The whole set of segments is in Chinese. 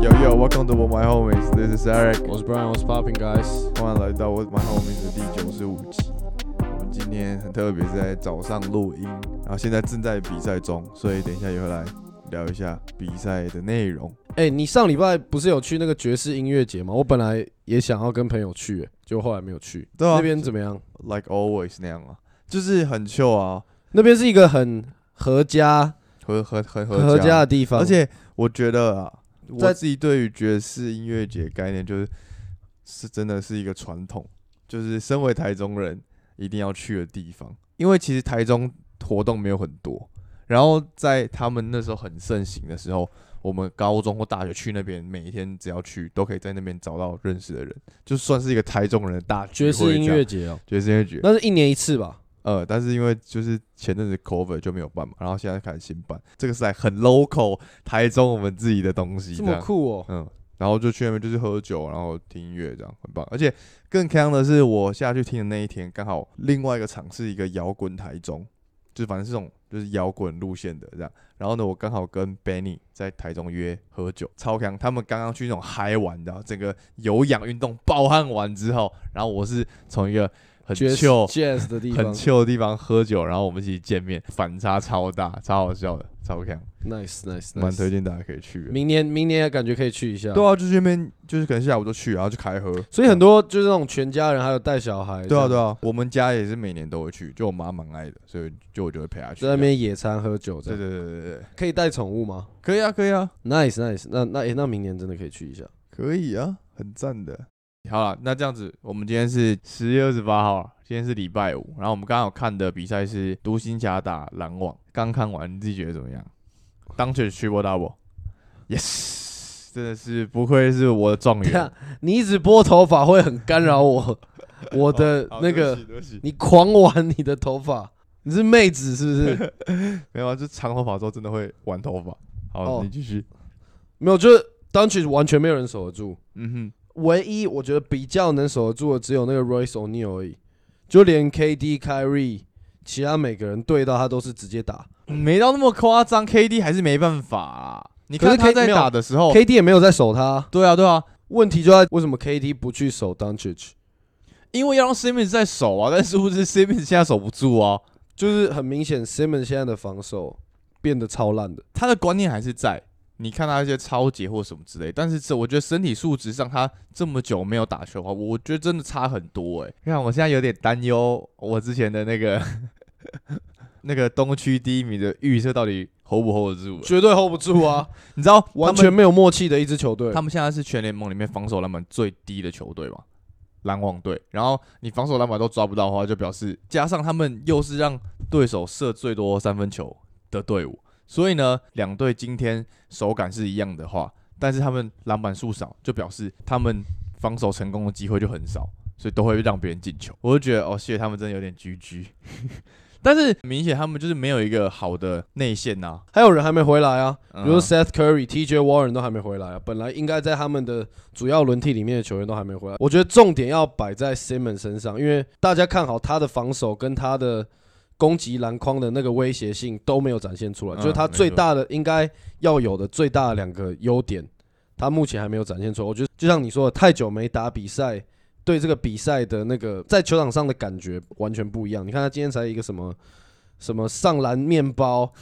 Yo yo, welcome to my homies. This is Eric. 我是 Brian，我是 Popping Guys。欢迎来到我 my homies 的第九十五集。我们今天很特别，是在早上录音，然后现在正在比赛中，所以等一下也会来聊一下比赛的内容。哎、你上礼拜不是有去那个爵士音乐节吗？我本来也想要跟朋友去、欸，结果后来没有去。对啊那边怎么样？ Like always 那样啊，就是很 chill 啊，那边是一个很合家、和和和啊很合家的地方，而且我觉得啊，在在自己对于爵士音乐节概念，就是是真的是一个传统，就是身为台中人一定要去的地方。因为其实台中活动没有很多，然后在他们那时候很盛行的时候，我们高中或大学去那边，每一天只要去都可以在那边找到认识的人，就算是一个台中人的大聚爵会士音这样乐节哦，爵士音乐节。那是一年一次吧？呃，但是因为就是前阵子 cover 就没有办嘛，然后现在开始新办，这个是在很 local 台中我们自己的东西，这这么样。酷哦、嗯，然后就去那边就是喝酒，然后听音乐，这样很棒。而且更坑的是，我下去听的那一天，刚好另外一个场是一个摇滚台中，就是反正是这种就是摇滚路线的这样。然后呢，我刚好跟 Benny 在台中约喝酒，超强。他们刚刚去那种嗨玩的，整个有氧运动暴汗完之后，然后我是从一个很爵士 chill jazz 的地很方 chill 的地方喝酒，然后我们一起见面，反差超大，超好笑的，超强， ，nice nice 蛮推 nice。荐大家可以去的。明年明年感觉可以去一下。对啊，就是那边，就是可能下午就去，然后就开喝。所以很多就是那种全家人还有带小孩，对啊，对啊，啊，我们家也是每年都会去，就我妈蛮爱的，所以就我就会陪她去。在那，边野餐喝酒这对样。对对对对，可以带宠物吗可以啊，可以啊， ？Nice nice，那那诶、那明年真的可以去一下。可以啊，很赞的。好了，那这样子，我们今天是十月二十八号啊，今天是礼拜五，然后我们刚刚有看的比赛是独行侠打篮网，刚看完，你自己觉得怎么样？当选 triple double，yes，真 的是不愧是我的状 等一元下。啊你一直拨头发会很干 扰我，我的哦好那，好对不个起对不起你狂玩你的头发，你是妹子是 不是？没有啊，就长头发之后真的会玩头发。好，哦你继续。没有，就是单曲完全没有人守得住，嗯唯一我觉得比较能守得住的只有那个 Royce O'Neal 而已，就连 KD、Kyrie，其他每个人对到他都是直接打、哼，没到那么夸张，KD 还是没办法、啊。你可看是他 K- 在没有打的时候，哦 k d 也没有在守他，对啊对啊，问题就在为什么 KD 不去守 d u n c i c 因为要让 Simmons 在守啊， 但是不是 Simmons 现在守不住啊？就是很明显 Simmons 现在的防守变得超烂的，他的观念还是在。你看他一些超节或什么之类，但是这我觉得身体素质上，他这么久没有打球的话，我觉得真的差很多哎、欸。看我现在有点担忧，我之前的那个 那个东区第一名的预测到底 hold 不 hold 得住、欸？绝对 hold 不住啊，你知道 他完们全没有默契的一支球队。他们现在是全联盟里面防守篮板最低的球队嘛，篮网队。然后你防守篮板都抓不到的话，就表示加上他们又是让对手射最多三分球的队伍，所以呢，两队今天手感是一样的话，但是他们篮板数少，就表示他们防守成功的机会就很少，所以都会让别人进球。我就觉得哦，谢他们真的有点居居。 但是明显他们就是没有一个好的内线呐、还有人还没回来啊，比嗯如说 Seth Curry、TJ Warren 都还没回来啊，本来应该在他们的主要轮替里面的球员都还没回来。我觉得重点要摆在 Simmons 身上，因为大家看好他的防守跟他的攻击篮筐的那个威胁性都没有展现出来，嗯就是他最大的应该要有的最大的两个优点，他目前还没有展现出来。我觉得就像你说的，太久没打比赛。对这个比赛的那个在球场上的感觉完全不一样。你看他今天才一个什么什么上篮面包，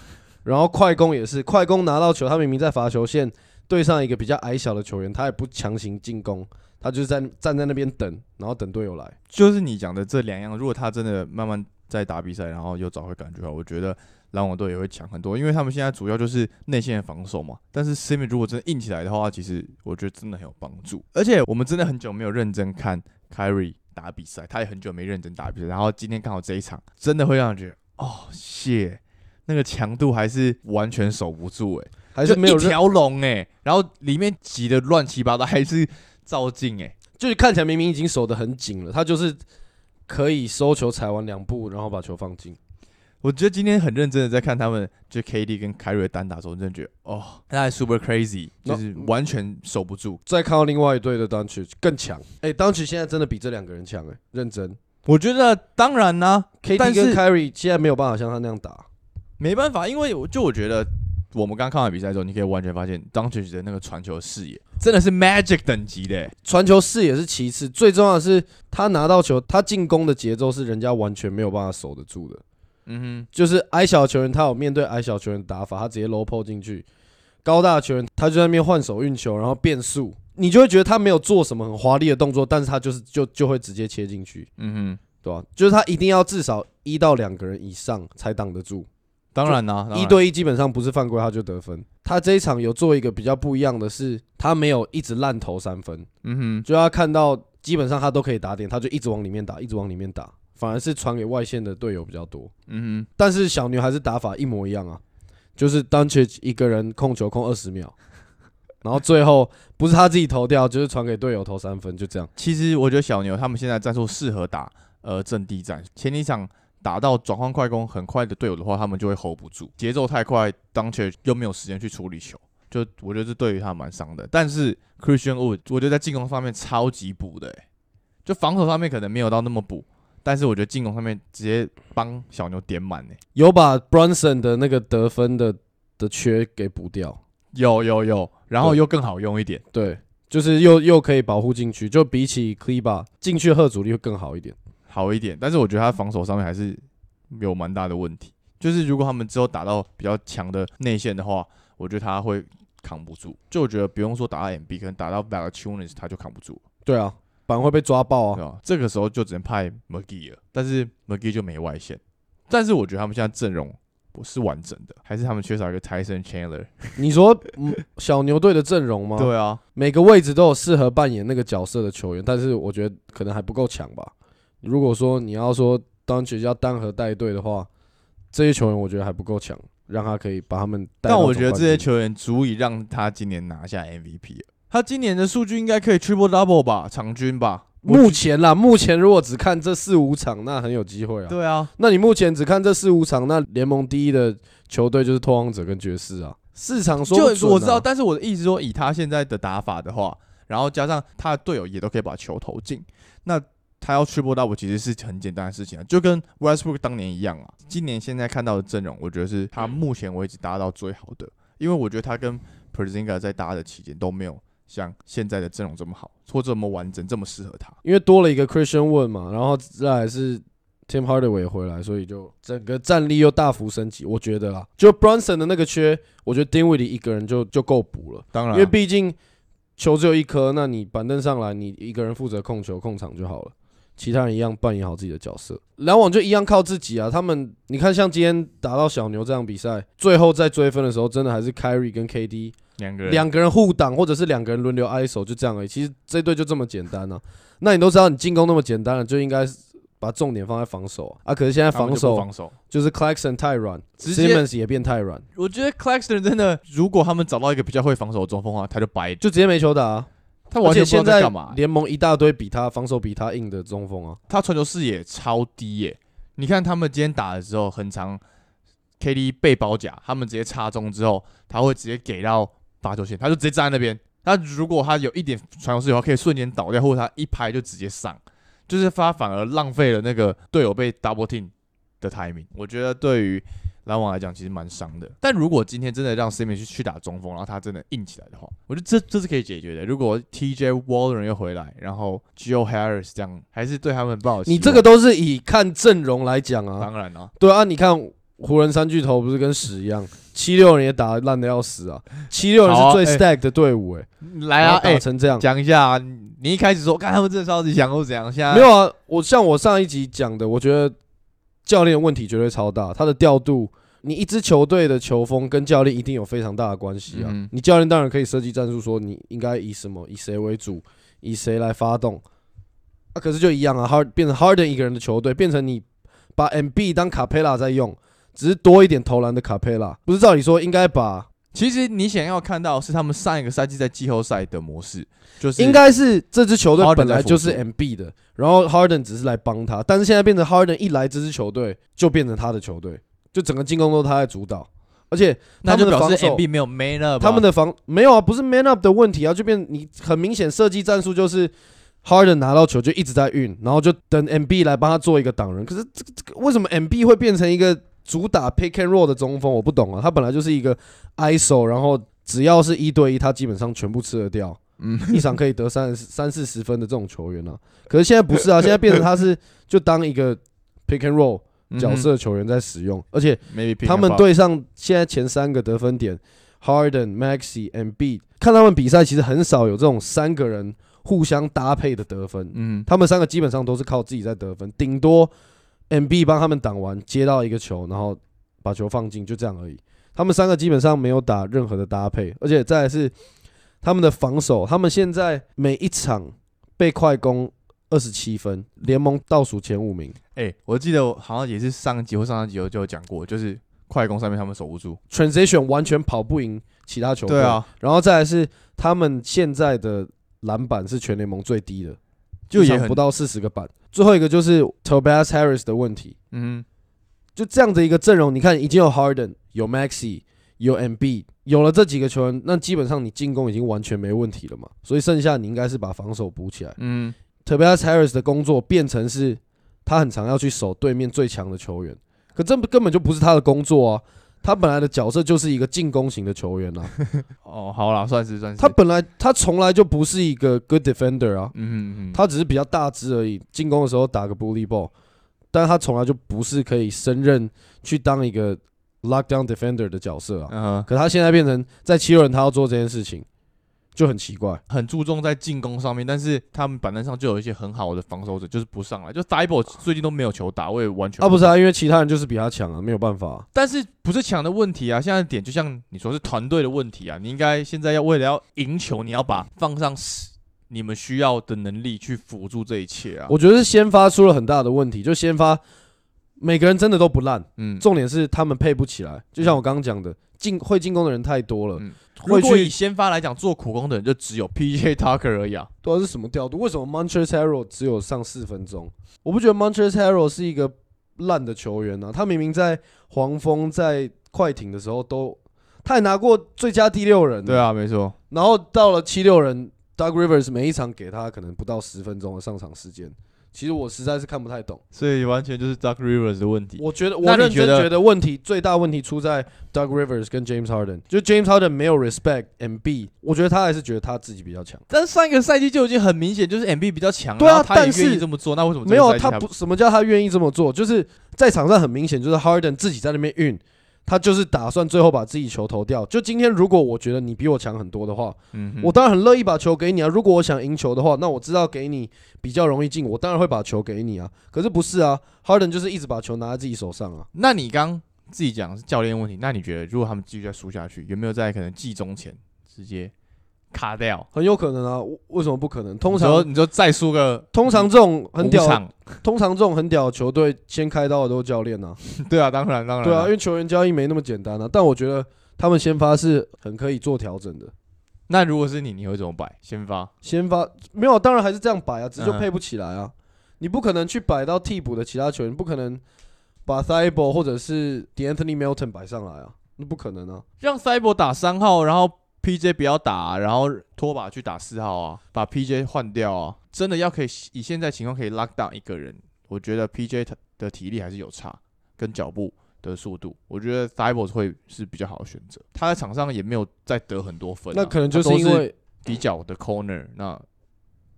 然后快攻也是，快攻拿到球，他明明在罚球线对上一个比较矮小的球员，他也不强行进攻，他就是在站在那边等，然后等队友来。就是你讲的这两样，如果他真的慢慢在打比赛，然后又找回感觉的话，我觉得篮网队也会强很多，因为他们现在主要就是内线的防守嘛。但是 Simi 如果真的硬起来的话，其实我觉得真的很有帮助。而且我们真的很久没有认真看 Kyrie 打比赛，他也很久没认真打比赛，然后今天刚好这一场，真的会让人觉得哦，谢。那个强度还是完全守不住哎、还是没有就一任，条龙哎，然后里面挤得乱七八糟，还是照进哎、就是看起来明明已经守得很紧了，他就是可以收球踩完两步，然后把球放进。我觉得今天很认真的在看他们就 KD 跟凯瑞单打的时候，我真的觉得哦，那还 super crazy，那就是完全守不住。再看到另外一队的单曲更强，哎，单曲现在真的比这两个人强哎，认真。我觉得当然啦、但 KD 是跟 Kyrie 现在没有办法像他那样打，没办法，因为我就我觉得我们刚看完比赛之后，你可以完全发现当 u 的那个传球视野真的是 magic 等级的欸，传球视野是其次，最重要的是他拿到球，他进攻的节奏是人家完全没有办法守得住的。嗯就是矮小球员，他有面对矮小球员的打法，他直接 low p o 进去；高大的球员，他就在那边换手运球，然后变速，你就会觉得他没有做什么很华丽的动作，但是他就是就就会直接切进去，哼，嗯哼，对吧、就是他一定要至少一到两个人以上才挡得住，当然啦、当然一对一基本上不是犯规他就得分。他这一场有做一个比较不一样的是，他没有一直烂投三分，嗯哼，就他看到基本上他都可以打点，他就一直往里面打，一直往里面打，反而是传给外线的队友比较多。嗯但是小牛还是打法一模一样啊，就是 d u n c i c 一个人控球控二十秒，然后最后不是他自己投掉，就是传给队友投三分，就这样哼，。其实我觉得小牛他们现在战术适合打呃阵地战，前几场。打到转换快攻很快的队友的话，他们就会 hold 不住，节奏太快，当前又没有时间去处理球，就我觉得这对于他蛮伤的。但是 Christian Wood，我觉得在进攻方面超级补的、欸，就防守上面可能没有到那么补，但是我觉得进攻上面直接帮小牛点满欸呢、有把 Brunson 的那个得分的的缺给补掉，有有有，然后又更好用一点。对，就是又又可以保护禁区，就比起 c l e b a 禁区的贺阻力会更好一点。好一点，但是我觉得他防守上面还是有蛮大的问题。就是如果他们之后打到比较强的内线的话，我觉得他会扛不住。就我觉得不用说打到 MB，可能打到 v a l a c h u n i s 他就扛不住了，对啊，板会被抓爆啊对。吧？这个时候就只能派 McGee 了，但是 McGee 就没外线。但是我觉得他们现在阵容不是完整的，还是他们缺少一个 Tyson Chandler。你说嗯小牛队的阵容吗？，对啊，每个位置都有适合扮演那个角色的球员，但是我觉得可能还不够强吧。如果说你要说当局要单核带队的话，这些球员我觉得还不够强，让他可以把他们带到但总我冠觉军。得这些球员足以让他今年拿下 MVP 了。他今年的数据应该可以 triple double 吧，场均吧。目前啦，目前如果只看这四五场，那很有机会啊。对啊，那你目前只看这四五场，那联盟第一的球队就是拓荒者跟爵士啊。市场说不就准啊我知道，，但是我的意思说，以他现在的打法的话，然后加上他的队友也都可以把球投进，那他要 triple double 其实是很简单的事情啊，就跟 Westbrook 当年一样啊。今年现在看到的阵容，我觉得是他目前为止搭到最好的，因为我觉得他跟 p e r z i n g a 在搭的期间都没有像现在的阵容这么好，或这么完整，这么适合他。因为多了一个 Christian Wood 嘛，然后再来是 Tim Hardaway 回来，所以就整个战力又大幅升级。我觉得啦，就 Brunson 的那个缺，我觉得 Dinwiddie 一个人就就够补了，当然啊，因为毕竟球只有一颗，那你板凳上来，你一个人负责控球控场就好了。其他人一样扮演好自己的角色，篮网就一样靠自己啊。他们你看，像今天打到小牛这场比赛，最后在追分的时候，真的还是 Kyrie 跟 KD 两个人两个人互挡，或者是两个人轮流挨手，就这样而已。其实这队就这么简单呢、那你都知道，你进攻那么简单了，就应该是把重点放在防守啊。啊可是现在他们防就不守防守。就是 Clarkson 太软直接，Simmons 也变太软，我觉得 Claxton 真的，如果他们找到一个比较会防守的中锋的话，他就白，就直接没球打、啊。他而完且全不知道现在干嘛欸、联盟一大堆比他防守比他硬的中锋啊，他传球视野超低耶、你看他们今天打的时候，很长 KD 被包夹，他们直接插中之后，他会直接给到罚球线，他就直接站在那边。他如果他有一点传球视野的话，可以瞬间倒掉，或者他一拍就直接上，就是他反而浪费了那个队友被 double team 的 timing。我觉得对于篮网来讲，其实蛮伤的。但如果今天真的让 Simmons 去去打中锋，然后他真的硬起来的话，我觉得这这是可以解决的。如果 TJ Warren 又回来，然后 Gio Harris 这样，还是对他们抱有希望你这个都是以看阵容来讲啊。当然啦、对啊，你看湖人三巨头不是跟屎一样，七六人也打得烂的要死啊。七六人好是啊最哎 stack 的队伍哎、来然啊，后哎、打成这样。讲一下、啊，你一开始说，看他们这超级强或怎样，现在没有啊，我像我上一集讲的，我觉得教练的问题绝对超大，他的调度，你一支球队的球风跟教练一定有非常大的关系啊。嗯你教练当然可以设计战术，说你应该以什么，以谁为主，以谁来发动。啊，可是就一样啊，Hard 变成 Harden 一个人的球队，变成你把 MB 当卡佩拉在用，只是多一点投篮的卡佩拉。不是照理说应该把，其实你想要看到是他们上一个赛季在季后赛的模式，就是应该是这支球队 Harden 本来就是在 MB 的，然后 Harden 只是来帮他，但是现在变成 Harden 一来这支球队就变成他的球队。就整个进攻都他在主导，而且那就表示他们的防守 MB 没有 man up 啊。他们的防没有啊，不是 man up 的问题啊，就变你很明显设计战术就是 Harden 拿到球就一直在运，然后就等 MB 来帮他做一个挡人。可是这个这个为什么 MB 会变成一个主打 pick and roll 的中锋？我不懂啊，他本来就是一个 ISO，然后只要是一对一，他基本上全部吃得掉。嗯，一场可以得三 三四十分的这种球员啊，可是现在不是啊，现在变成他是就当一个 pick and roll 嗯角色球员在使用，而且嗯哼 maybe pick 他 and 们 pop 对上现在前三个得分点，Harden、Maxi、and B，看他们比赛其实很少有这种三个人互相搭配的得分，嗯他们三个基本上都是靠自己在得分，顶多 M B 帮他们挡完接到一个球，然后把球放进，就这样而已。他们三个基本上没有打任何的搭配，而且再来是他们的防守，他们现在每一场被快攻二十七分，联盟倒数前五名。哎、我记得我好像也是上一集或上上集有就有讲过，就是快攻上面他们守不住。 Transition 完全跑不赢其他球队，对啊，然后再来是他们现在的篮板是全联盟最低的，就一也场很不到四十个板。最后一个就是 Tobias Harris 的问题，嗯就这样的一个阵容，你看已经有 Harden、有 Maxi、有 MB，有了这几个球员，那基本上你进攻已经完全没问题了嘛。所以剩下你应该是把防守补起来。嗯， Tobias Harris 的工作变成是，他很常要去守对面最强的球员，可这根本就不是他的工作啊。他本来的角色就是一个进攻型的球员啊，哦，好啦，算是算是。他本来他从来就不是一个 good defender 啊，嗯嗯嗯，他只是比较大只而已，进攻的时候打个 bully ball，但他从来就不是可以胜任去当一个 lockdown defender 的角色啊。嗯哼、可他现在变成在七六人，他要做这件事情，就很奇怪。很注重在进攻上面，但是他们板凳上就有一些很好的防守者，就是不上来。就 d i b o 最近都没有球打，我也完全啊，不是知道啊，因为其他人就是比他强啊，没有办法啊、但是不是强的问题啊？现在的点就像你说是团队的问题啊，你应该现在要为了要赢球，你要把放上十你们需要的能力去辅助这一切啊。我觉得是先发出了很大的问题，就先发每个人真的都不烂，嗯，重点是他们配不起来。就像我刚刚讲的，进会进攻的人太多了，嗯会如果以去先发来讲，做苦工的人就只有 PJ Tucker 而已啊。不知道是什么调度。为什么 Montrezl Harrell 只有上四分钟？我不觉得 Montrezl Harrell 是一个烂的球员啊，他明明在黄蜂在快艇的时候都，他也拿过最佳第六人，对，啊，没错。然后到了七六人，Doug Rivers 每一场给他可能不到十分钟的上场时间。其实我实在是看不太懂，所以完全就是 Duck Rivers 的问题。我觉得我那你认觉真得觉得问题最大问题出在 Doug Rivers 跟 James Harden，就 James Harden 没有 respect MB，我觉得他还是觉得他自己比较强。但上一个赛季就已经很明显，就是 MB 比较强，对啊然后他也但是愿意这么做，那为什么这没个有，赛季他不什么叫他愿意这么做？就是在场上很明显，就是 Harden 自己在那边运，他就是打算最后把自己球投掉。就今天，如果我觉得你比我强很多的话，嗯哼我当然很乐意把球给你啊。如果我想赢球的话，那我知道给你比较容易进，我当然会把球给你啊。可是不是啊，Harden 就是一直把球拿在自己手上啊。那你刚自己讲是教练问题，那你觉得如果他们继续再输下去，有没有在可能季中前直接卡掉？很有可能啊，我为什么不可能？通你说常你说再输个通常这种很五屌 的，场，通常这种很屌的球队先开刀的都是教练呐、对啊，当然当然，对啊，因为球员交易没那么简单啊。但我觉得他们先发是很可以做调整的。那如果是你，你会怎么摆？先发先发没有，当然还是这样摆啊，只是就嗯配不起来啊。你不可能去摆到替补的其他球员，不可能把 t h i b o 或者是 d Anthony Melton 摆上来啊，那不可能啊。让 Cyber 打三号，然后 PJ 不要打，然后拖把去打四号啊，把 PJ 换掉啊。真的要可以以现在情况可以 lock down 一个人，我觉得 PJ 他的体力还是有差，跟脚步的速度，我觉得 Cyber 会是比较好的选择。他在场上也没有再得很多分啊、那可能就他是都因为，底角的 corner，那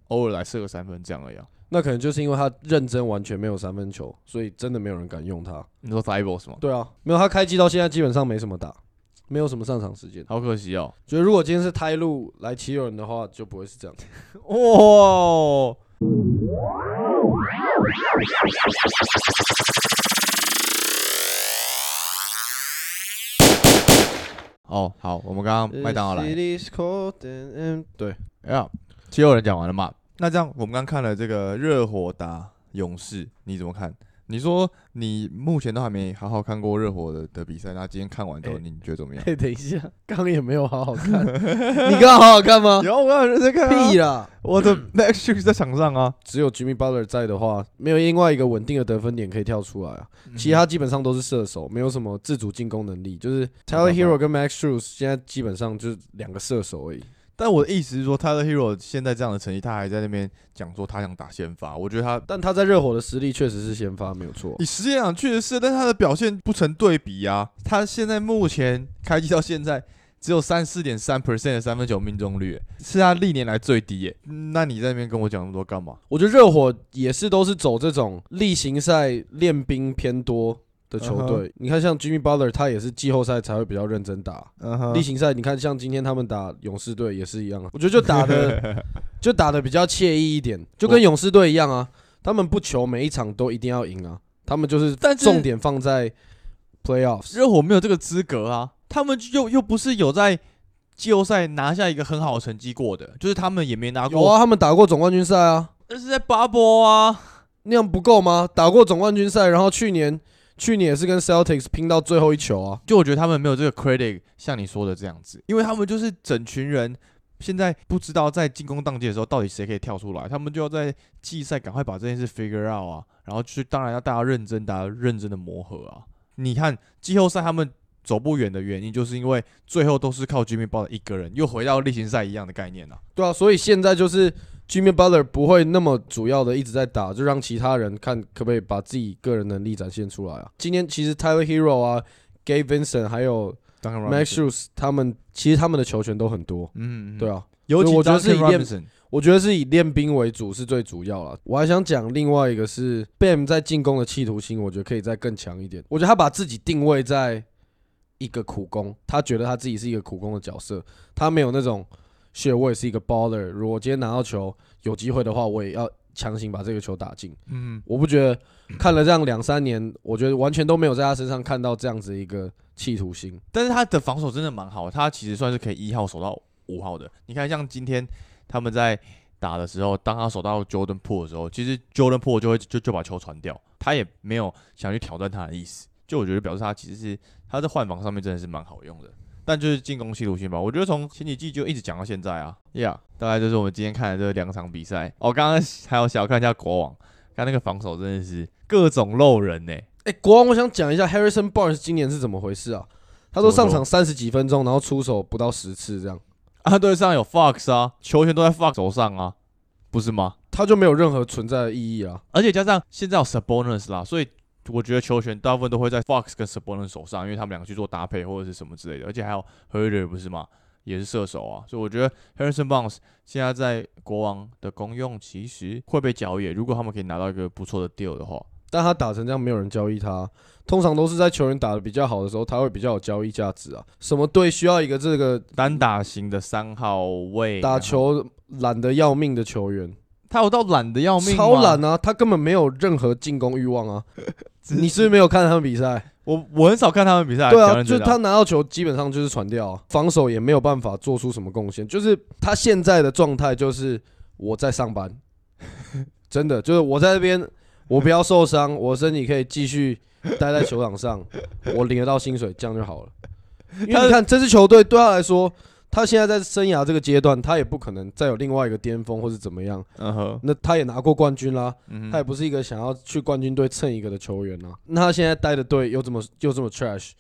偶尔来射个三分这样而已、啊。那可能就是因为他认真完全没有三分球，所以真的没有人敢用他。你说 Cyber 是吗？对啊，没有他开机到现在基本上没什么打，没有什么上场时间。好可惜哦。觉得如果今天是泰路来七六人的话，就不会是这样。哦，哦，好，我们刚刚 麦当劳来，对，哎呀，其实有人讲完了嘛？那这样，我们刚看了这个热火打勇士，你怎么看？你说你目前都还没好好看过热火的的比赛，那今天看完之后，哎你觉得怎么样？哎，等一下，刚刚也没有好好看， 你刚刚好好看 吗？有，我刚认真看啊屁啦！我的 Max Shoes 在场上啊，只有 Jimmy Butler 在的话，没有另外一个稳定的得分点可以跳出来啊。嗯其他基本上都是射手，没有什么自主进攻能力。就是 Tyler 办法 Hero 跟 Max Strus 现在基本上就是两个射手而已。但我的意思是说，Tyler Hero 现在这样的成绩，他还在那边讲说他想打先发，我觉得他但他在热火的实力确实是先发，没有错。你实际上确实是，但他的表现不成对比啊。他现在目前开季到现在只有三四点三 percent 的三分球命中率，是他历年来最低耶。嗯那你在那边跟我讲那么多干嘛？我觉得热火也是都是走这种例行赛练兵偏多的球队。你看，像 Jimmy Butler 他也是季后赛才会比较认真打，嗯哼例行赛你看像今天他们打勇士队也是一样啊。我觉得就打的 就打的比较惬意一点，就跟勇士队一样啊。他们不求每一场都一定要赢啊，他们就是但是重点放在 playoffs。热火没有这个资格啊，他们又又不是有在季后赛拿下一个很好的成绩过的，就是他们也没拿有过，啊，他们打过总冠军赛啊，那是在 bubble 啊。那样不够吗？打过总冠军赛，然后去年去年也是跟 Celtics 拼到最后一球啊。就我觉得他们没有这个 credit，像你说的这样子，因为他们就是整群人。现在不知道在进攻当季的时候，到底谁可以跳出来，他们就要在季赛赶快把这件事 figure out 啊，然后去当然要大家认真，大家认真的磨合啊。你看季后赛他们走不远的原因，就是因为最后都是靠 Jimmy b u 一个人，又回到例行赛一样的概念啊。对啊，所以现在就是 Jimmy Butler 不会那么主要的一直在打，就让其他人看可不可以把自己个人能力展现出来啊。今天其实 Tyler Hero 啊、Gabe Vincent 还有当然 Max Shoes 他们，其实他们的球权都很多。嗯，对，啊，尤其所以我觉得 Duncan 是以练 Robinson 嗯我觉得是以练兵为主是最主要了。我还想讲另外一个是 Bam 在进攻的企图心，我觉得可以再更强一点。我觉得他把自己定位在一个苦工，他觉得他自己是一个苦工的角色，他没有那种 shit，我也是一个 baller，如果今天拿到球有机会的话，我也要强行把这个球打进。嗯，我不觉得看了这样两三年，我觉得完全都没有在他身上看到这样子一个企图心。但是他的防守真的蛮好，他其实算是可以一号守到五号的。你看，像今天他们在打的时候，当他守到 Jordan p o o 的时候，其实 Jordan p o o 就会就就把球传掉，他也没有想去挑战他的意思。就我觉得表示他其实是他在换防上面真的是蛮好用的，但就是进攻系图性吧。我觉得从前几季就一直讲到现在啊，Yeah，大概就是我们今天看的这两场比赛。哦，刚刚还有小看一下国王，看那个防守真的是各种漏人欸呢、哎、国王，我想讲一下 Harrison Barnes 今年是怎么回事啊？他说怎么上说场三十几分钟，然后出手不到十次，这样啊，对上有 Fox 啊，球权都在 Fox 手上啊，不是吗？他就没有任何存在的意义啊。而且加上现在有 Sabonis 啦，所以我觉得球权大部分都会在 Fox 跟 Sabonis 手上，因为他们两个去做搭配或者是什么之类的。而且还有 h e r d e r 不是吗？也是射手啊，所以我觉得 Harrison Barnes 现在在国王的功用其实会被交易，如果他们可以拿到一个不错的 deal 的话，但他打成这样，没有人交易他。啊通常都是在球员打得比较好的时候，他会比较有交易价值啊。什么队需要一个这个单打型的三号位打然后，球懒得要命的球员，他有到懒得要命，超懒，啊！他根本没有任何进攻欲望 啊！你是不是没有看他们比赛？我我很少看他们比赛，对讲啊，认就真的是他拿到球基本上就是传掉、啊，防守也没有办法做出什么贡献。就是他现在的状态就是我在上班， 真的就是我在这边，我不要受伤，我身体可以继续待在球 场上，我领得到薪水，这样就好了。因为他你看这支球队对他来说，他现在在生涯这个阶段，他也不可能再有另外一个巅峰或是怎么样。嗯哼，那他也拿过冠军啦，嗯他也哼，不是一个想要去冠军队蹭一个的球员啊。那他现在带的队又这么又这么 trash，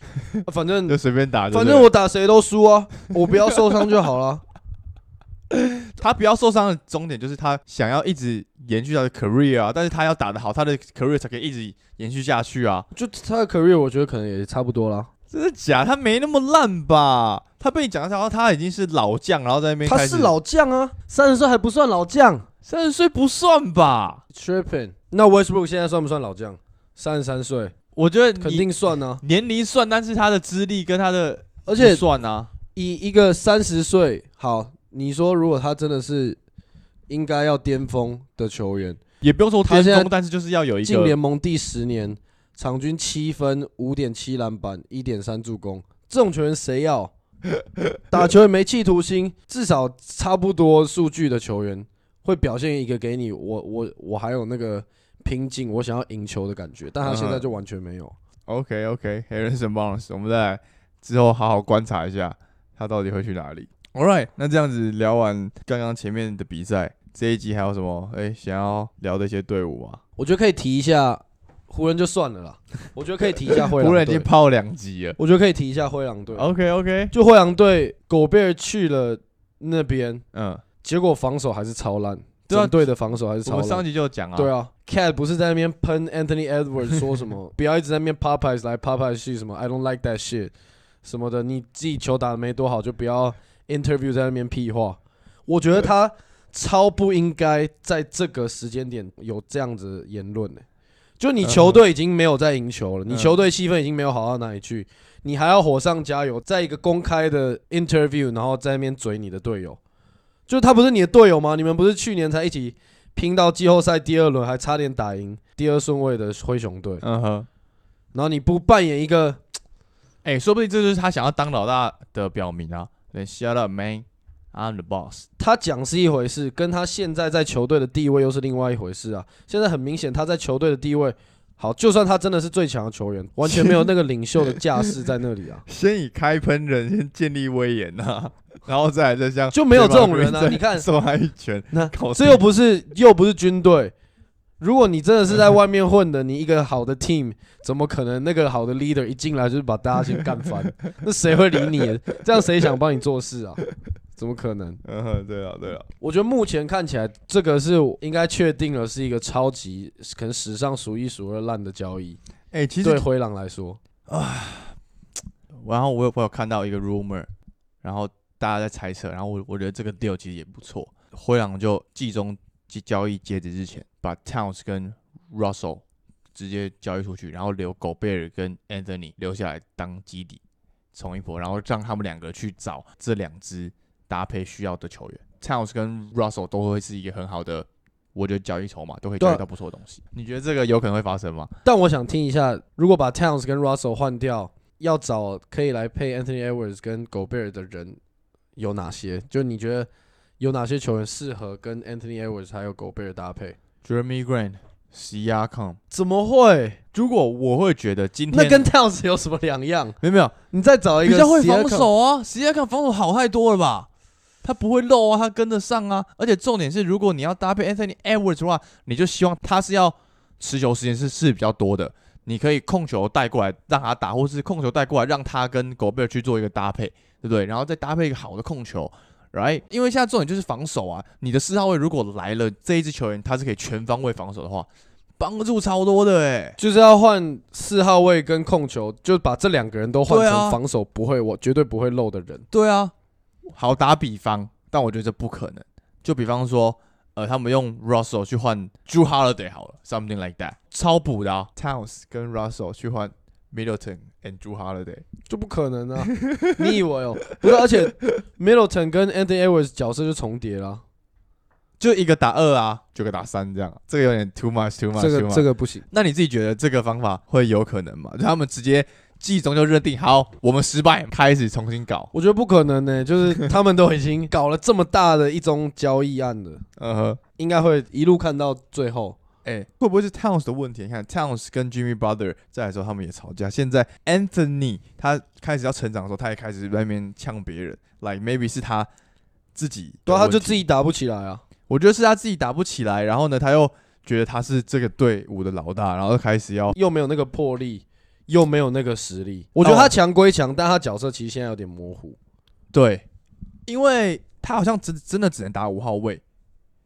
啊反正就随便打就对了，反正我打谁都输啊，我不要受伤就好了。他不要受伤的终点就是他想要一直延续他的 career 啊，但是他要打得好，他的 career 才可以一直延续下去啊。 就他的 career 我觉得可能也差不多啦。真的假？他没那么烂吧？他被你讲到他已经是老将，然后在那边他开始是老将啊，三十岁还不算老将。三十岁不算吧？ Tripping，那 Westbrook 现在算不算老将？三十三岁我觉得肯你定算啊，年龄算，但是他的资历跟他的而且不算啊，以一个三十岁，好，你说如果他真的是应该要巅峰的球员，也不用说他巅现在峰，但是就是要有一进个联盟第十年，场均七分、五点七篮板、一点三助攻，这种球员谁要？ 打球也没企图心，至少差不多数据的球员会表现一个给你，我我我还有那个拼劲，我想要赢球的感觉，但他现在就完全没有。 OK OK，Harrison Barnes，我们再来之后好好观察一下他到底会去哪里。All right，那这样子聊完刚刚前面的比赛，这一集还有什么哎、想要聊的一些队伍吗？我觉得可以提一下湖人就算了啦，我觉得可以提一下灰 湖狼人已经队，泡两集了。我觉得可以提一下灰狼队。 OK OK，就灰狼队，狗贝尔去了那边，嗯，结果防守还是超烂，对啊整队的防守还是我超们上烂。集就有讲啊，对啊，Cat 不是在那边喷 Anthony Edwards 说什么，不要一直在那边 Popeyes 来 Popeyes 去什么 I don't like that shit 什么的，你自己球打的没多好，就不要 interview 在那边屁话。我觉得他超不应该在这个时间点有这样子的言论呢、欸就你球队已经没有在赢球了，嗯你球队气氛已经没有好到哪里去，你还要火上加油，在一个公开的 interview，然后在那边嘴你的队友，就他不是你的队友吗？你们不是去年才一起拼到季后赛第二轮，还差点打赢第二顺位的灰熊队，嗯哼，然后你不扮演一个哎、说不定这就是他想要当老大的表明啊。Then shut up, man. I'm the boss.，他讲是一回事，跟他现在在球队的地位又是另外一回事啊。现在很明显，他在球队的地位，好，就算他真的是最强的球员，完全没有那个领袖的架势在那里啊 先以开喷人，先建立威严呐、啊，然后再来再像就没有这种人 Draymond 啊。 Green 你看再，送他一拳， 那搞这又不是又不是军队。如果你真的是在外面混的，你一个好的 team 怎么可能那个好的 leader 一进来就是把大家先干翻？那谁会理你？这样谁想帮你做事啊？怎么可能？嗯哼，对啊，对啊，我觉得目前看起来，这个是应该确定了是一个超级可能史上数一数二烂的交易，哎、其对实，灰狼来说。然后我有朋友看到一个 rumor，然后大家在猜测，然后我我觉得这个 deal 其实也不错。灰狼就季中即交易截止之前，把 Towns 跟 Russell 直接交易出去，然后留狗贝尔跟 Anthony 留下来当基底冲一波，然后让他们两个去找这两支搭配需要的球员。Towns 跟 Russell 都会是一个很好的，我觉得交易筹码，都可以对啊交易到不错的东西。你觉得这个有可能会发生吗？但我想听一下，如果把 Towns 跟 Russell 换掉，要找可以来配 Anthony Edwards 跟狗贝尔的人有哪些？就你觉得有哪些球员适合跟 Anthony Edwards 还有狗贝尔搭配？ Jeremy Grant、Siakam。怎么会？如果我会觉得今天那跟 Towns 有什么两样？没有没有你再找一个比较会防，Siakam 守啊，s i a k a m 防守好太多了吧？他不会漏啊，他跟得上啊。而且重点是，如果你要搭配 Anthony Edwards 的话，你就希望他是要持球时间是是比较多的，你可以控球带过来让他打，或是控球带过来让他跟狗贝尔去做一个搭配，对不对？然后再搭配一个好的控球。Right，因为现在重点就是防守啊。你的四号位如果来了这一支球员，他是可以全方位防守的话，帮助超多的哎、就是要换四号位跟控球，就把这两个人都换对啊成防守不会，我绝对不会漏的人。对啊，好打比方，但我觉得这不可能。就比方说，呃，他们用 Russell 去换 Drew Holiday 好了，something like that，超补的、啊。Towns 跟 Russell 去换 Middleton and Drew Holiday，就不可能 啊！你以为哦？不是，而且 Middleton 跟 Anthony Edwards 角色就重叠了，啊就一个打二啊，九个打三这样，这个有点 too much too much 这 too 个 much 这个不行。那你自己觉得这个方法会有可能吗？就他们直接季中就认定好，我们失败，开始重新搞。我觉得不可能呢、欸 就是他们都已经搞了这么大的一宗交易案了，嗯哼。应该会一路看到最后。哎、会不会是 Towns 的问题？你看 Towns 跟 Jimmy Butler 在的时候，他们也吵架。现在 Anthony 他开始要成长的时候，他也开始在那边呛别人，like maybe 是他自己，对啊，他就自，己打不起来啊。我觉得是他自己打不起来，然后呢，他又觉得他是这个队伍的老大，然后开始要，又没有那个魄力，又没有那个实力。我觉得他强归强，但他角色其实现在有点模糊。对，因为他好像真真的只能打五号位，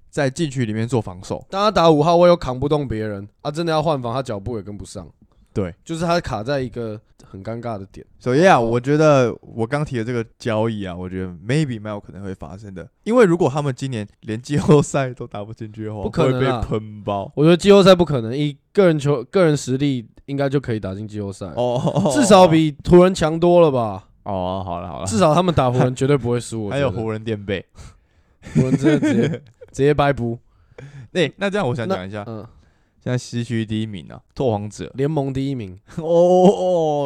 在禁区里面做防守。但他打五号位又扛不动别人啊，真的要换防，他脚步也跟不上。对，就是他卡在一个很尴尬的点。所以哦啊，我觉得我刚提的这个交易啊，我觉得 maybe 蛮有可能会发生的，因为如果他们今年连季后赛都打不进去的话，不可能会啊被喷包。我觉得季后赛不可能，以个人球、个人实力应该就可以打进季后赛，哦，呃至少比湖人强多了吧？哦，好了好了，至少他们打湖人绝对不会输。我还觉有得湖人垫背。湖人真的直接直接掰补。哎、那这样我想讲一下，嗯，现在西区第一名啊，拓荒者。联盟第一名， 哦哦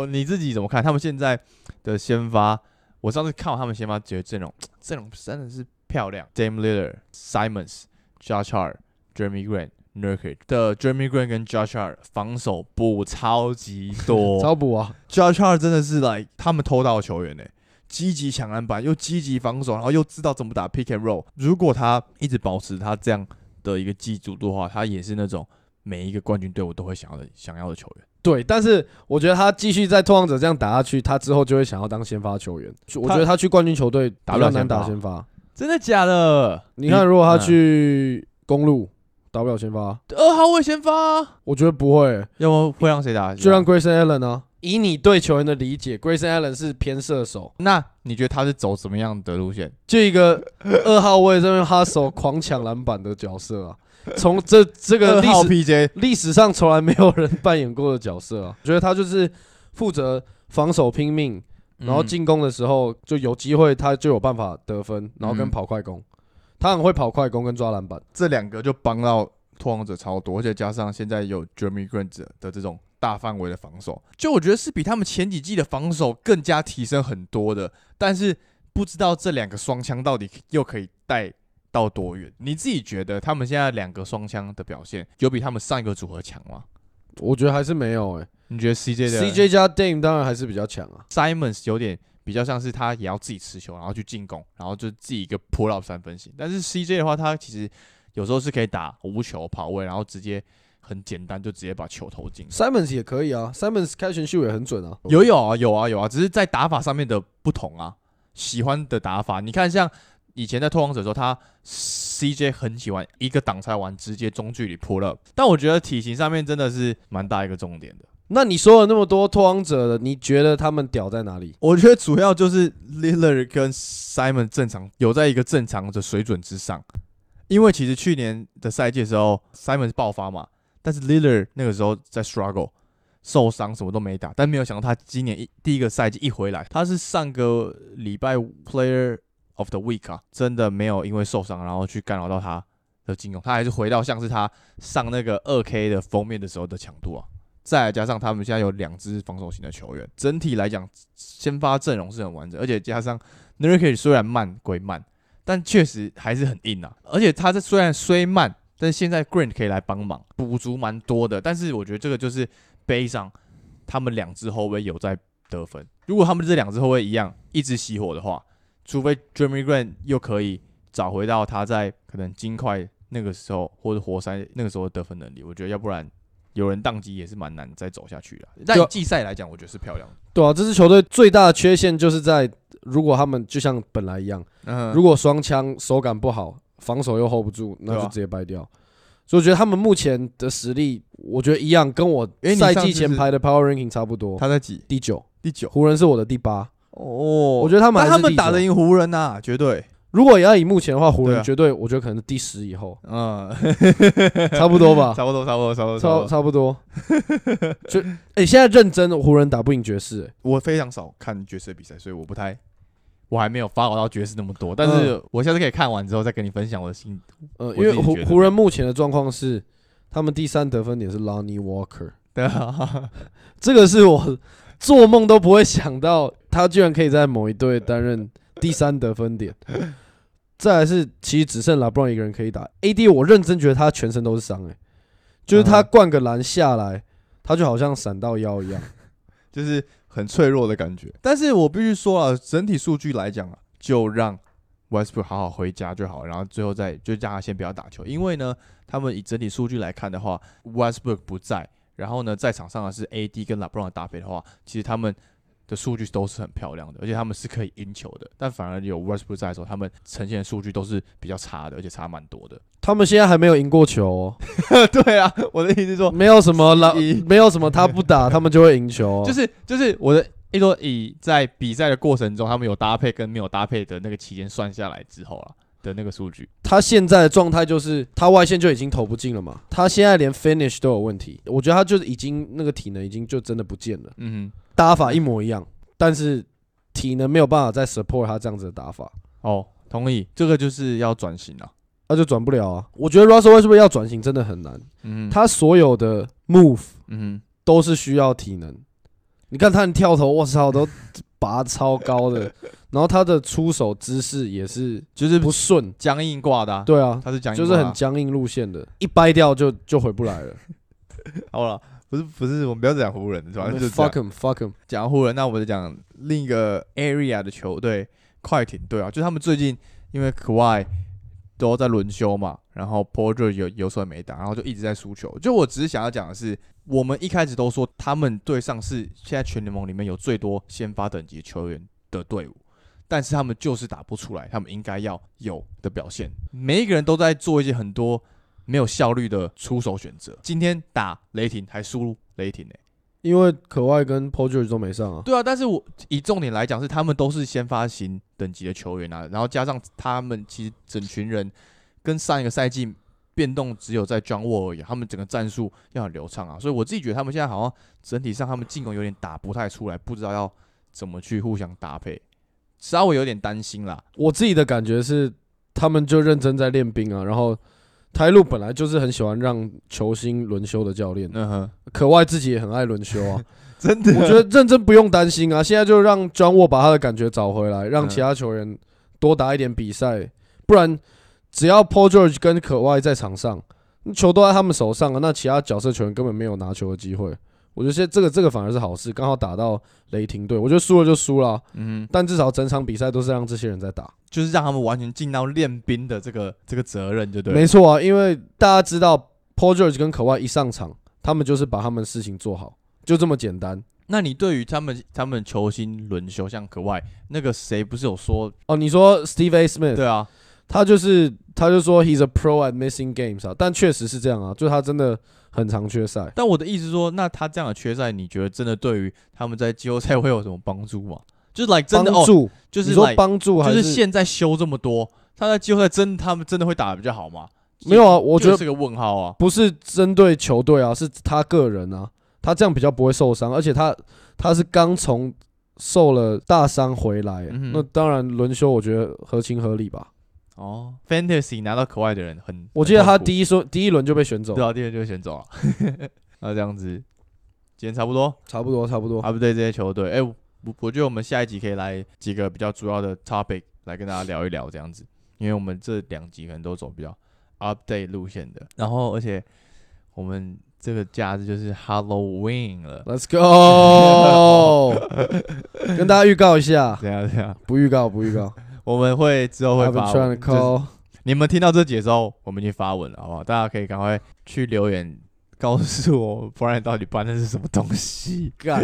哦，你自己怎么看？他们现在的先发，我上次看完他们先发，觉得阵容阵容真的是漂亮。Dame l i l l a r Simons、j o s h Hart、Jeremy Grant、 Nurkic 的 Jeremy Green 跟 Josh Hart 防守补超级多 超补啊， ，Josh Hart 真的是来他们偷到的球员呢、积极抢篮板，又积极防守，然后又知道怎么打 pick and roll。如果他一直保持他这样的一个记住度的话，他也是那种每一个冠军队伍都会想要的想要的球员。对，但是我觉得他继续在拓荒者这样打下去，他之后就会想要当先发球员。我觉得他去冠军球队打比不了较难先发打先发。真的假的？嗯你看，如果他去公路打不了先发，二号位先发、啊我觉得不会，要么会让谁打？就让 Grayson Allen 啊。以你对球员的理解，Grayson Allen 是偏射手，那你觉得他是走什么样的路线？就一个二号位这边哈手狂抢篮板的角色啊。从这这个二历号史 PJ 历史上从来没有人扮演过的角色啊。我 觉得他就是负责防守拼命，嗯然后进攻的时候就有机会，他就有办法得分，然后跟嗯跑快攻，他很会跑快攻跟抓篮板。这两个就帮到拓荒者超多，而且加上现在有 Jeremy Grant 的这种大范围的防守，就我觉得是比他们前几季的防守更加提升很多的。但是不知道这两个双枪到底又可以带到多远？你自己觉得他们现在两个双枪的表现有比他们上一个组合强吗？我觉得还是没有诶、你觉得 CJ 的 CJ 加 Dame 当然还是比较强啊。 Simons 有点比较像是他也要自己持球，然后去进攻，然后就自己一个 pull up 三分型。但是 CJ 的话，他其实有时候是可以打无球跑位，然后直接很简单就直接把球投进。 Simons 也可以啊，Simons 开全秀也很准啊。有有啊有啊有啊，只是在打法上面的不同啊，喜欢的打法。你看像以前在拓荒者的时候，他 CJ 很喜欢一个挡拆完直接中距离 pull up，但我觉得体型上面真的是蛮大一个重点的。那你说了那么多拓荒者的，你觉得他们屌在哪里？我觉得主要就是 Lillard 跟 Simon 正常有在一个正常的水准之上，因为其实去年的赛季的时候，Simon 是爆发嘛，但是 Lillard 那个时候在 struggle，受伤什么都没打，但没有想到他今年一第一个赛季一回来，他是上个礼拜 Player of the Week 啊，真的没有因为受伤然后去干扰到他的进攻，他还是回到像是他上那个二 K 的封面的时候的强度啊。再来加上他们现在有两支防守型的球员，整体来讲先发阵容是很完整，而且加上 Nurkic 虽然慢归慢，但确实还是很硬啊。而且他这虽然虽慢，但是现在 Grant 可以来帮忙补足蛮多的。但是我觉得这个就是背上他们两支后卫有在得分。如果他们这两支后卫一样一直熄火的话，除非 Jeremy Grant 又可以找回到他在可能金块那个时候或者活塞那个时候的得分能力，我觉得要不然。有人宕机也是蛮难再走下去的，但对啊季赛来讲，我觉得是漂亮的。对啊，这支球队最大的缺陷就是在如果他们就像本来一样，嗯如果双枪手感不好，防守又 hold 不住，那对就啊直接掰掉。所以我觉得他们目前的实力，我觉得一样，跟我诶你赛上季次前是排的 Power Ranking 差不多。他在几？第九，第九。湖人是我的第八。哦我觉得他们但还他是们第打九得赢湖人呐、绝对。如果也要以目前的话，湖对人啊，绝对，我觉得可能是第十以后 嗯，差不多吧，差不多，差不多，差不多，差差不多。差不多。 就哎，现在认真，湖人打不赢爵士，诶我非常少看爵士的比赛，所以我不太，我还没有发 o 到爵士那么多。但是我下次可以看完之后再跟你分享我的心。呃，因我自为己湖觉得湖人目前的状况是，他们第三得分点是 Lonnie Walker，对 啊，这个是我做梦都不会想到，他居然可以在某一队担任第三得分 点。再来是，其实只剩 LeBron 一个人可以打 AD，我认真觉得他全身都是伤，哎，就是他嗯灌个篮下来，他就好像闪到腰一样。就是很脆弱的感觉。但是我必须说啊，整体数据来讲啊，就让 Westbrook 好好回家就好，然后最后再就让他先不要打球，因为呢，他们以整体数据来看的话，Westbrook 不在，然后呢，在场上的是 AD 跟 LeBron 的搭配的话，其实他们的数据都是很漂亮的，而且他们是可以赢球的，但反而有 Westbrook 在的时候，他们呈现的数据都是比较差的，而且差蛮多的。 他们现在还没有赢过球、哦，对啊，我的意思是说，没有 什么篮一，没有什么他不 打，他们就会赢球、哦。就是就是我的一说以在比赛的过程中，他们有搭配跟没有搭配的那个期间算下来之后啊的那个数据，他现在的状态就是他外线就已经投不进了嘛，他现在连 finish 都有问题，我觉得他就是已经那个体能已经就真的不见了，嗯打法一模一样，但是体能没有办法再 support 他这样子的打法，哼，哦，同意，这个就是要转型啊，他就转不了啊。我觉得 Russell Westbrook 要转型真的很难，嗯哼，他所有的 move 嗯都是需要体能，你看他的跳投，我操，都拔超高 的，然后他的出手姿势也是就是不顺，僵硬挂的、啊，对啊，他是僵硬就挂是的啊、很僵硬路线的，一掰掉就就回不来了。好了，不是不是，我们不要讲湖人，反正啊就是这样 fuck him fuck him，讲到湖人，那我们就讲另一个 area 的球队快艇队啊，就他们最近因为 Kawhi 都在轮休嘛，然后 Porter 有有时候也没打，然后就一直在输球。就我只是想要讲的是，我们一开始都说他们队上是现在全联盟里面有最多先发等级球员的队伍。但是他们就是打不出来，他们应该要有的表现。每一个人都在做一些很多没有效率的出手选择。今天打雷霆还输雷霆呢、因为可外跟 p o r g e r 都没上啊，对啊，但是我以重点来讲是，他们都是先发型等级的球员啊，然后加上他们其实整群人跟上一个赛季变动只有在 John Wall 而已，他们整个战术要很流畅啊，所以我自己觉得他们现在好像整体上他们进攻有点打不太出来，不知道要怎么去互相搭配，稍微有点担心啦。我自己的感觉是他们就认真在练兵啊，然后。台路本来就是很喜欢让球星轮休的教练，嗯哼，可外自己也很爱轮休啊。 真的我觉得认真不用担心啊，现在就让 John Wall 把他的感觉找回来，让嗯其他球员多打一点比赛，不然只要 Paul George 跟可外在场上，球都在他们手上啊，那其他角色球员根本没有拿球的机会。我觉得现这个这个反而是好事，刚好打到雷霆队，我觉得输了就输了啊，嗯哼，但至少整场比赛都是让这些人在打。就是让他们完全尽到练兵的这个这个责任，就对了。没错啊，因为大家知道 Paul George 跟可外一上场，他们就是把他们事情做好，就这么简单。那你对于他们他们球星轮休，像可外那个谁不是有说？哦，你说 Steve A. Smith 对啊，他就是他就说 he's a pro at missing games 啊，但确实是这样啊，就他真的很常缺赛。但我的意思是说，那他这样的缺赛，你觉得真的对于他们在季后赛会有什么帮助吗？ 就是 like 真帮的哦，助、就是你说 like 帮助还、就是是现在修这么多，他在季后赛真他们真的会打得比较好吗？没有啊？我觉这得是个问号啊。不是针对球队啊，是他个人啊，他这样比较不会受伤，而且他他是刚从受了大伤回来，嗯哼那当然轮休我觉得合情合理吧。哦，Fantasy 拿到可外的人很， 我记得他第一一说第一轮就被选走，对啊，第二就会选走啊。 那这样子，今天差不多差不多差不多。啊，不对，这些球队，哎、我我觉得我们下一集可以来几个比较主要的 topic 来跟大家聊一聊这样子，因为我们这两集可能都走比较 update 路线的，然后而且我们这个假日就是 Halloween 了，Let's go，跟大家预告一下，这样这样，不预告不预告。我们会之后 会 I've been 发 trying 文， to 就是 call。你们听到这集的时候，我们已经发文了，好不好？大家可以赶快去留言告诉我，不然到底办的是什么东西？干，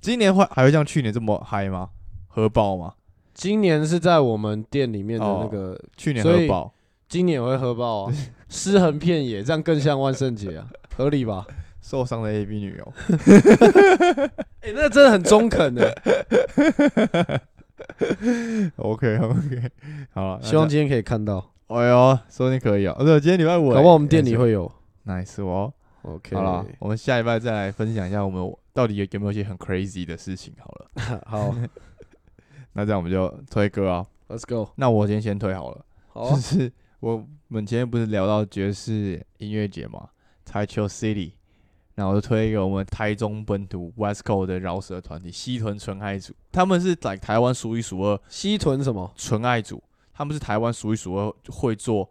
今年会还会像去年这么嗨吗？核爆吗？今年是在我们店里面的哦那个，去年所核以爆。今年也会喝爆啊，尸横遍野，这样更像万圣 节啊，合理吧？受伤的 A B 女友，哎、那真的很中欸肯的， OK OK，好 了，那 希望这今天可以看到，哎呦，说不定可以哦、喔。对，今天礼拜五、欸，搞不好我们店里会有。 nice 哦、 OK，好了，我们下礼拜再来分享一下我们到底有有没有一些很 crazy 的事情。好了， 好那这样我们就推歌啊。 ，Let's go，那我今天先推好了，好就啊，是我们前天不是聊到爵士音乐节嘛 t a i c h o City，然后我就推一个我们台中本土 West Coast 的饶舌团体西屯纯爱组，他们是在台湾数一数二西屯什么？纯爱组，他们是台湾数一数二会做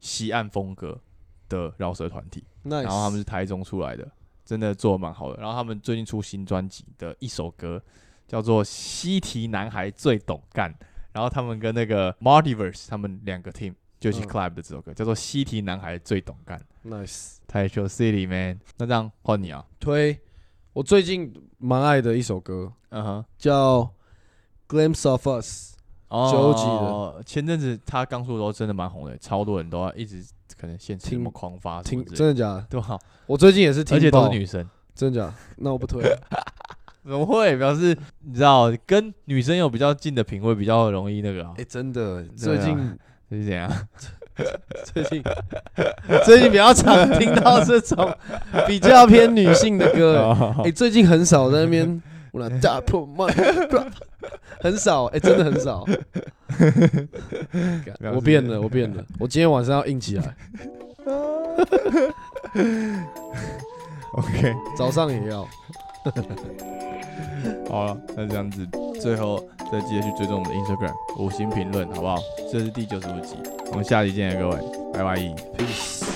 西岸风格的饶舌团体，那然后他们是台中出来的，真的做的蛮好的。然后他们最近出新专辑的一首歌叫做《西提男孩最懂干》，然后他们跟那个 Martiverse 他们两个 team 就一起嗯 collab 的这首歌、叫做《西提男孩最懂干》 nice ，Tai Show City man。那这样换你啊，推，我最近蛮爱的一首歌嗯哼。叫《Glimpse of Us》，纠集的哦，前阵子他刚出的时候真的蛮红的，超多人都要一直可能现听场狂发什么听之类的真的假的？对吧？我最近也是听而且都爆是，女生，真的假的？那我不 推，怎么会？表示你知道，跟女生有比较近的品味，比较容易那个、啊哎、，真的，最对啊近。是这样。啊 最近最近比较常听到 这种比较偏女性的歌、哦哎、最近很少在那边我来大破慢，很少，哎、真的很 少。干我变了，我变了，我今天晚上要硬起来， OK，早上也要。好了，那这样子，最后再记得去追踪我们的 Instagram，五星评论好不好？这是第九十五集，我们下集见，各位，拜拜。 Peace。